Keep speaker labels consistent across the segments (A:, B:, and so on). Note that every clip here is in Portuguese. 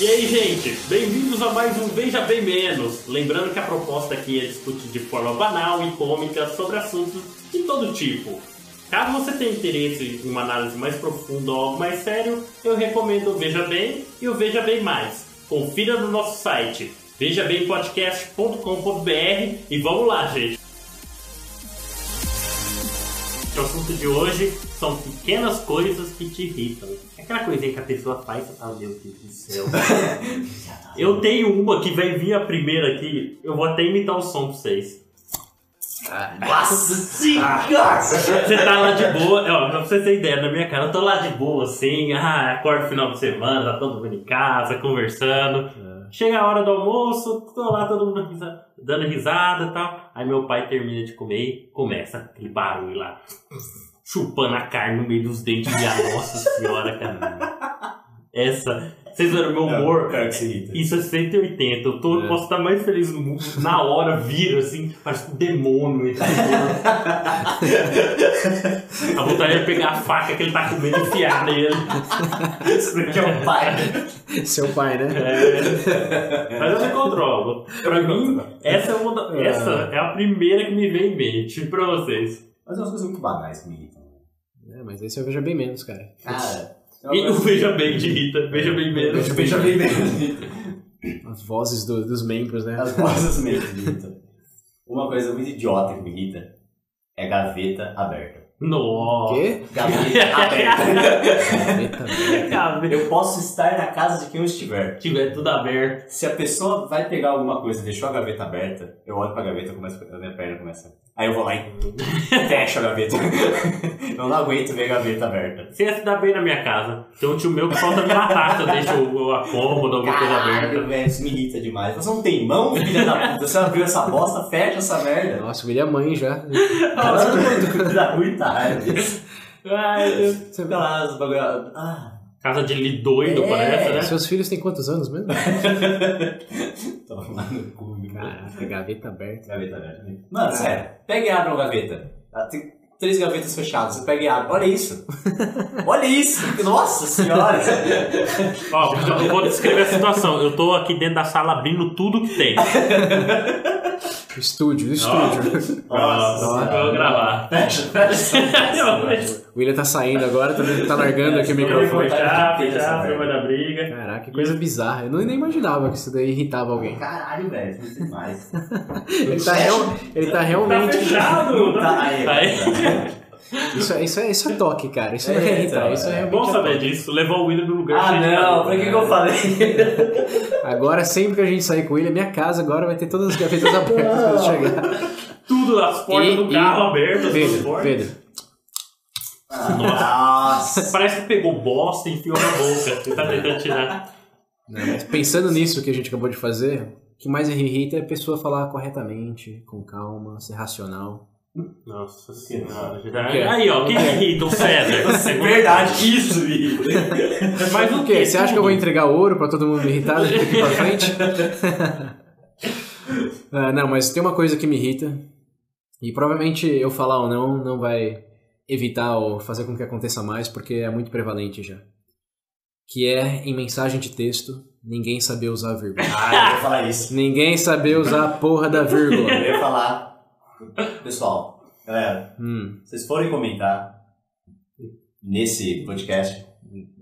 A: E aí, gente, bem-vindos a mais um Veja Bem Menos. Lembrando que a proposta aqui é discutir de forma banal e cômica sobre assuntos de todo tipo. Caso você tenha interesse em uma análise mais profunda ou algo mais sério, eu recomendo o Veja Bem e o Veja Bem Mais. Confira no nosso site vejabempodcast.com.br e vamos lá, gente. O assunto de hoje são pequenas coisas que te irritam. Aquela coisinha que a pessoa faz, ah, meu Deus do céu. Eu tenho uma que vai vir a primeira aqui, eu vou até imitar o som pra vocês. Nossa
B: Ah,
A: senhora! Você tá lá de boa, ó, pra você ter ideia da minha cara, eu tô lá de boa assim, ah, acordo final de semana, tá todo mundo em casa, conversando. Chega a hora do almoço, tô lá todo mundo risa- dando risada e tal. Aí meu pai termina de comer e começa aquele barulho lá chupando a carne no meio dos dentes da nossa senhora, cara. Essa. Vocês viram meu
B: É.
A: humor?
B: cara que se irrita.
A: Isso é 180. Eu tô,
C: É.
A: posso estar mais feliz no mundo. Na hora vira, assim, parece um demônio. ele tá voando. a vontade é pegar a faca que ele tá comendo e enfiar nele.
B: Isso daqui é um pai.
C: Seu pai, né?
A: É. Mas eu me controlo. Pra mim, essa é, uma da- essa é a primeira que me vem em mente. Pra vocês.
B: Mas é umas coisas muito banais que me irritam.
C: É, mas esse eu vejo bem menos, cara.
B: Cara,
A: E É o Veja Bem de Rita. Veja Bem menos.
B: eu vejo bem bem
C: As vozes do- dos membros, né?
B: as coisas meio que me irritam. Uma coisa muito idiota que me irrita é gaveta aberta.
A: Nossa.
C: Quê?
B: Gaveta aberta.
C: Eita, merda.
A: Cabe-
B: Eu posso estar na casa de quem eu estiver.
A: Tiver tudo aberto.
B: Se a pessoa vai pegar alguma coisa e deixou a gaveta aberta, eu olho pra gaveta e começo, a minha perna começa. Aí eu vou lá e fecho a gaveta. Eu não aguento ver a gaveta aberta.
A: Você ia se dar bem na minha casa. Tem um tio meu que falta me matar se eu deixo o- a cômoda, alguma coisa
B: Caralho,
A: aberta.
B: velho, isso me irrita demais. Você não tem mão, filha da puta? Você abriu essa bosta, fecha essa merda.
C: Nossa, virei a mãe já.
B: Falando muito da ruindade.
A: Ai, eu-
C: Você-
B: Fica lá, os bagulho. Ah,
A: Casa de lidoido,
B: É.
A: parece, né?
C: Seus filhos têm quantos anos mesmo?
B: toma lá no cu, cara.
C: Caraca, Ah, gaveta aberta.
B: Gaveta aberta. né? Mano, sério, pega e abre uma gaveta. Ah, Tem três gavetas fechadas, você pega e abre. Olha isso! Olha isso! Nossa senhora! é
A: Ó, eu vou descrever a situação. Eu tô aqui dentro da sala abrindo tudo que tem.
C: Estúdio, estúdio.
A: Nossa, eu vou gravar.
B: Fecha, fecha.
C: O William tá saindo agora, tá, tá largando aqui o microfone.
B: tá
A: Fechar, fechar,
B: né?
A: problema da briga.
C: Caraca, que coisa bizarra. Eu não- nem imaginava que isso daí irritava alguém.
B: Caralho, velho, muito demais.
C: Ele tá, real, ele tá
A: Tá
C: realmente.
A: fechado!
B: Não
A: né?
B: tá aí.
A: Aí,
C: Isso, é- isso, é, isso é toque, cara. Isso não
B: É,
C: é irritar.
B: então,
C: Isso é
B: é.
A: é
C: realmente.
A: bom
C: é
A: saber disso. Levar o William no lugar
B: Ah,
A: cheio de
B: não, pra
A: garoto.
B: que, que eu falei?
C: toque. Agora, sempre que a gente sair com ele, a minha casa agora vai ter todas as gavetas abertas quando chegar.
A: Tudo, as portas
C: E-
A: do
C: e-
A: carro assim, abertas, as
C: Pedro,
A: portas.
C: Pedro.
B: Nossa!
A: Parece que pegou bosta e enfiou na boca. Você tá tentando tirar.
C: Não, né, mas pensando nisso que a gente acabou de fazer, o que mais irrita é a pessoa falar corretamente, com calma, ser racional.
A: Nossa
B: senhora,
A: Aí, ó, quem
B: é?
A: irrita o César?
B: Verdade, isso, Igor.
A: Mas
C: O quê? Você acha que eu vou entregar ouro pra todo mundo me irritar daqui pra frente? Ah, não, mas tem uma coisa que me irrita. E provavelmente eu falar ou não não vai evitar ou fazer com que aconteça mais, porque é muito prevalente já. Que é em mensagem de texto, ninguém saber usar a vírgula.
B: Ah, eu ia falar isso.
C: Ninguém saber usar a porra da
B: Eu
C: vírgula.
B: ia falar. Pessoal, galera,
C: Hum,
B: vocês forem comentar nesse podcast,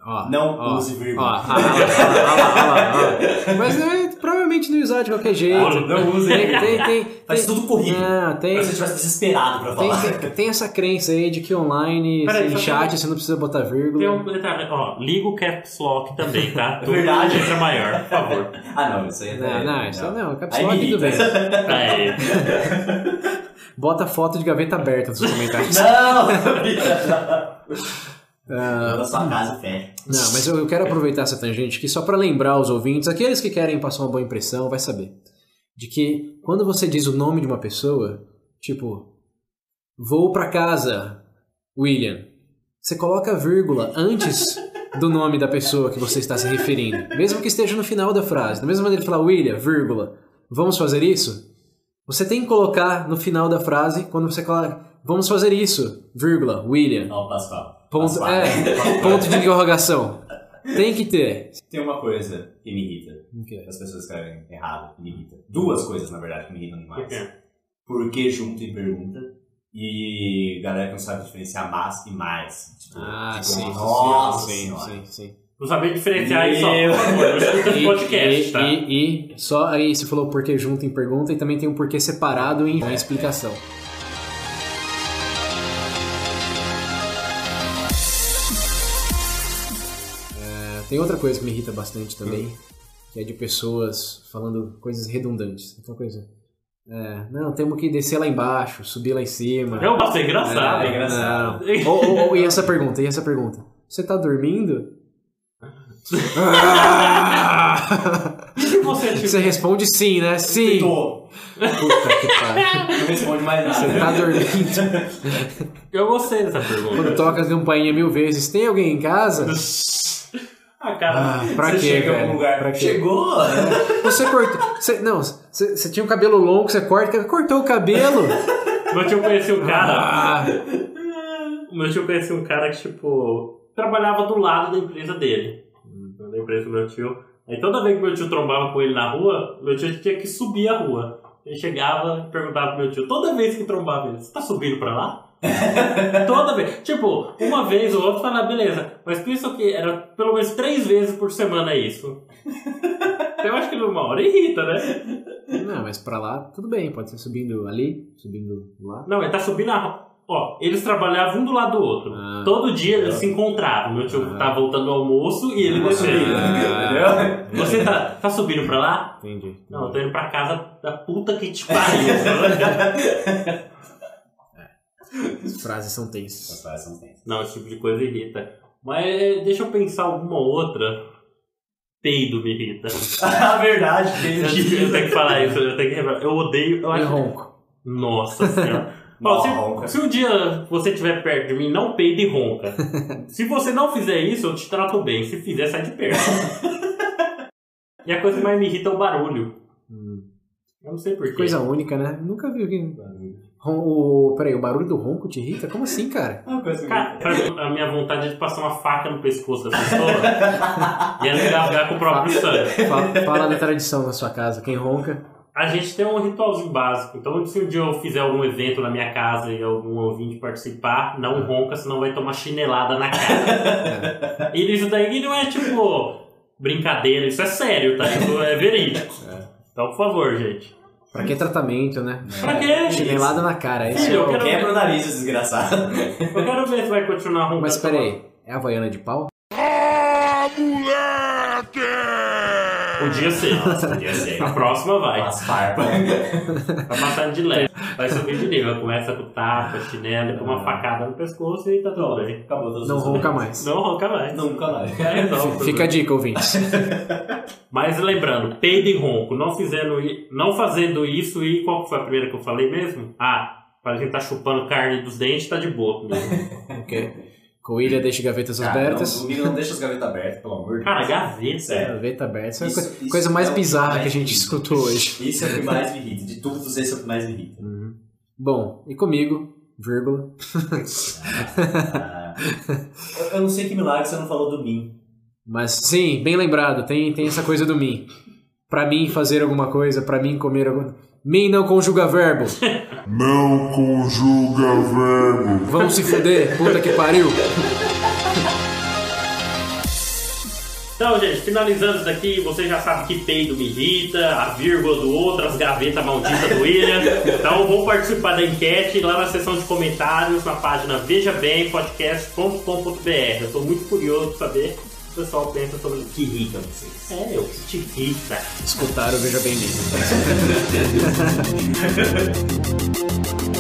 C: ó,
B: não
C: ó.
B: use
C: Ó,
B: vírgula.
C: ah, ah, ah, ah, ah, ah. Mas né, provavelmente não ia usar de qualquer jeito.
A: Olha,
B: não use
C: Tem,
B: vírgula.
C: tem, tem,
B: Faz
C: tem-
B: tudo corrido.
C: Não, tem,
B: Pra você estivesse desesperado pra falar.
C: tem, tem, tem essa crença aí de que online,
A: Peraí,
C: em
A: só
C: chat,
A: tem-
C: você não precisa botar
A: Tem
C: vírgula.
A: um detalhe, ó, liga o caps lock também, tá? Tudo
B: É Verdade.
A: em letra maior, por favor.
B: Ah, não, isso aí
A: um
B: é.
C: Não, não, isso não, caps
B: Aí me
C: lock tudo bem.
B: irrita.
A: Aí,
C: Bota foto de gaveta aberta nos seus comentários.
B: Não, vida.
C: Ah,
B: Na sua casa, é fecha.
C: não, mas eu, eu quero aproveitar essa tangente aqui só pra lembrar os ouvintes, aqueles que querem passar uma boa impressão, vai saber. De que quando você diz o nome de uma pessoa, tipo, vou pra casa, William, você coloca a vírgula antes do nome da pessoa que você está se referindo. Mesmo que esteja no final da frase. Da mesma maneira que falar William, vírgula, vamos fazer isso? Você tem que colocar no final da frase, quando você coloca, vamos fazer isso, vírgula, William.
B: Ó, o Pascoal.
C: Ponto,
B: Pascoal.
C: é, ponto de interrogação. Tem que ter.
B: Tem uma coisa que me irrita. que é? As pessoas escrevem errado, que me irrita. Duas coisas, na verdade, que me irritam
A: Por
B: demais.
A: quê?
B: Porque junto em pergunta. E galera que não sabe diferenciar mas e mais. Tipo,
C: Ah,
B: tipo,
C: sim.
B: Nossa
C: sim,
B: senhora.
C: sim, sim.
A: Não saber diferenciar isso, ó,
B: Meu.
A: por favor, eu escuto esse É tipo podcast,
C: e,
A: tá?
C: e- e só aí você falou o porquê junto em pergunta e também tem um porquê separado em em explicação. É, tem outra coisa que me irrita bastante também,
B: Hum.
C: que é de pessoas falando coisas redundantes. Então, coisa. é, não, temos que descer lá embaixo, subir lá em cima.
A: É um passo engraçado.
B: É, engraçado.
A: Não.
C: Ou, ou- ou- e essa pergunta, e essa pergunta? Você tá dormindo?
A: E se você
C: Você
A: tiver...
C: responde sim, né? Sim!
B: Tô.
C: Puta que pariu.
B: Não responde mais nada.
C: Você tá dormindo.
A: Eu gostei dessa pergunta.
C: Quando toca a campainha mil vezes, tem alguém em casa?
A: Ah, cara.
C: Ah, pra
B: Você
C: quê,
B: chega em
C: velho?
B: algum lugar.
C: Pra quê?
B: Chegou!
C: Você cortou. você- não, você, você tinha um cabelo longo, você corta. Cortou o cabelo?
A: Meu tio conhecia um cara...
C: Ah,
A: Meu tio conhecia um cara que, tipo, trabalhava do lado da empresa dele. hum, Da empresa do meu tio. Aí toda vez que meu tio trombava com ele na rua, meu tio tinha que subir a rua. Ele chegava e perguntava pro meu tio, toda vez que trombava ele, você tá subindo pra lá? toda vez. Tipo, uma vez ou outra, falava, beleza. Mas pensa que era pelo menos três vezes por semana isso. Então eu acho que numa hora irrita, né?
C: não, mas pra lá, tudo bem. Pode ser subindo ali, subindo lá.
A: Não, ele tá subindo a rua. Ó, eles trabalhavam um do lado do outro.
C: Ah.
A: Todo dia eles se encontravam. Meu tio
C: Ah.
A: tá voltando do almoço e ele descendo.
B: Ah.
C: Entendeu?
A: Você tá, tá subindo pra lá?
C: Ah, Entendi.
A: Não, eu tô indo pra casa da puta que te pariu.
C: As frases são tensas.
A: Não, esse tipo de coisa irrita. Mas é, deixa eu pensar alguma outra. Peido me irrita.
B: A verdade,
A: Eu tenho que falar isso, eu tenho que lembrar. Eu odeio.
B: é
A: Eu
C: E
A: acho...
C: ronco.
A: Nossa senhora. Ó,
B: Nossa,
A: se-
B: ronca.
A: se, um dia você estiver perto de mim, não peida e ronca. se você não fizer isso, eu te trato bem. Se fizer, sai de perto. e a coisa que mais me irrita é o barulho. Hum. Eu não sei porquê.
C: Coisa única, né? Nunca vi alguém. Ron- O, peraí, o barulho do ronco te irrita? Como assim, cara?
B: Uma coisa
A: Cara, pra mim, a minha vontade é de passar uma faca no pescoço da pessoa e ela engasgar com o próprio sangue.
C: Fala, fala da tradição na sua casa. Quem ronca?
A: A gente tem um ritualzinho básico, então se um dia eu fizer algum evento na minha casa e algum ouvinte participar, não ronca, senão vai tomar chinelada na
C: né?
A: cara. e isso daí não é tipo brincadeira, isso é sério, tá? Isso é verídico. Então, por favor, gente.
C: Pra que tratamento, né?
A: Pra quê?
C: Chinelada na cara. Esse
A: Filho,
C: é
A: eu
C: o-
A: quero,
B: Quebra o nariz, esse desgraçado.
A: eu quero ver se vai continuar roncando.
C: Mas peraí, é Havaiana de pau?
A: Podia ser.
B: Podia ser.
A: A próxima vai.
B: assim, As farpas.
A: Tá passando de leve. Vai subir de nível. Começa com tapa, chinelo, com uma facada no pescoço e tá tudo bem.
B: Acabou todos
C: É. Não
B: os
C: ronca
B: problemas.
C: mais.
A: Não ronca mais.
B: Nunca mais.
A: É, então,
C: Fica a dica, ouvintes.
A: Mas lembrando, peido e ronco. Não, fizendo, i- não fazendo isso e qual que foi a primeira que eu falei mesmo? Ah, pra gente tá chupando carne dos dentes, tá de boa. mesmo.
C: ok. Coelha deixa gavetas
B: Cara,
C: abertas.
B: Não, domingo não deixa as gavetas abertas, pelo amor de
A: Cara,
B: Deus.
A: gaveta.
B: Sério.
C: Gaveta aberta. Isso é a
B: Isso-
C: coisa,
B: isso
C: coisa mais
B: é o que
C: bizarra
B: mais
C: que a gente
B: me
C: escutou hoje.
B: Isso é o que mais me irrita. De todos, esse é o que mais me irrita.
C: Bom, e comigo, vírgula.
B: Ah, eu, eu não sei que milagre você não falou do mim.
C: Mas sim, bem lembrado, tem, tem essa coisa do mim. Pra mim fazer alguma coisa, pra mim comer alguma Mim não conjuga verbo.
D: Não conjuga verbo.
C: Vão se fuder, puta que pariu.
A: Então, gente, finalizando isso daqui, você já sabe que peido me irrita, a vírgula do outro, as gavetas malditas do William. Então, vão participar da enquete lá na seção de comentários, na página vejabempodcast.com.br. Eu tô muito curioso pra saber o que o pessoal pensa sobre o que irrita vocês. É, o que te irrita.
C: Escutaram, veja bem mesmo.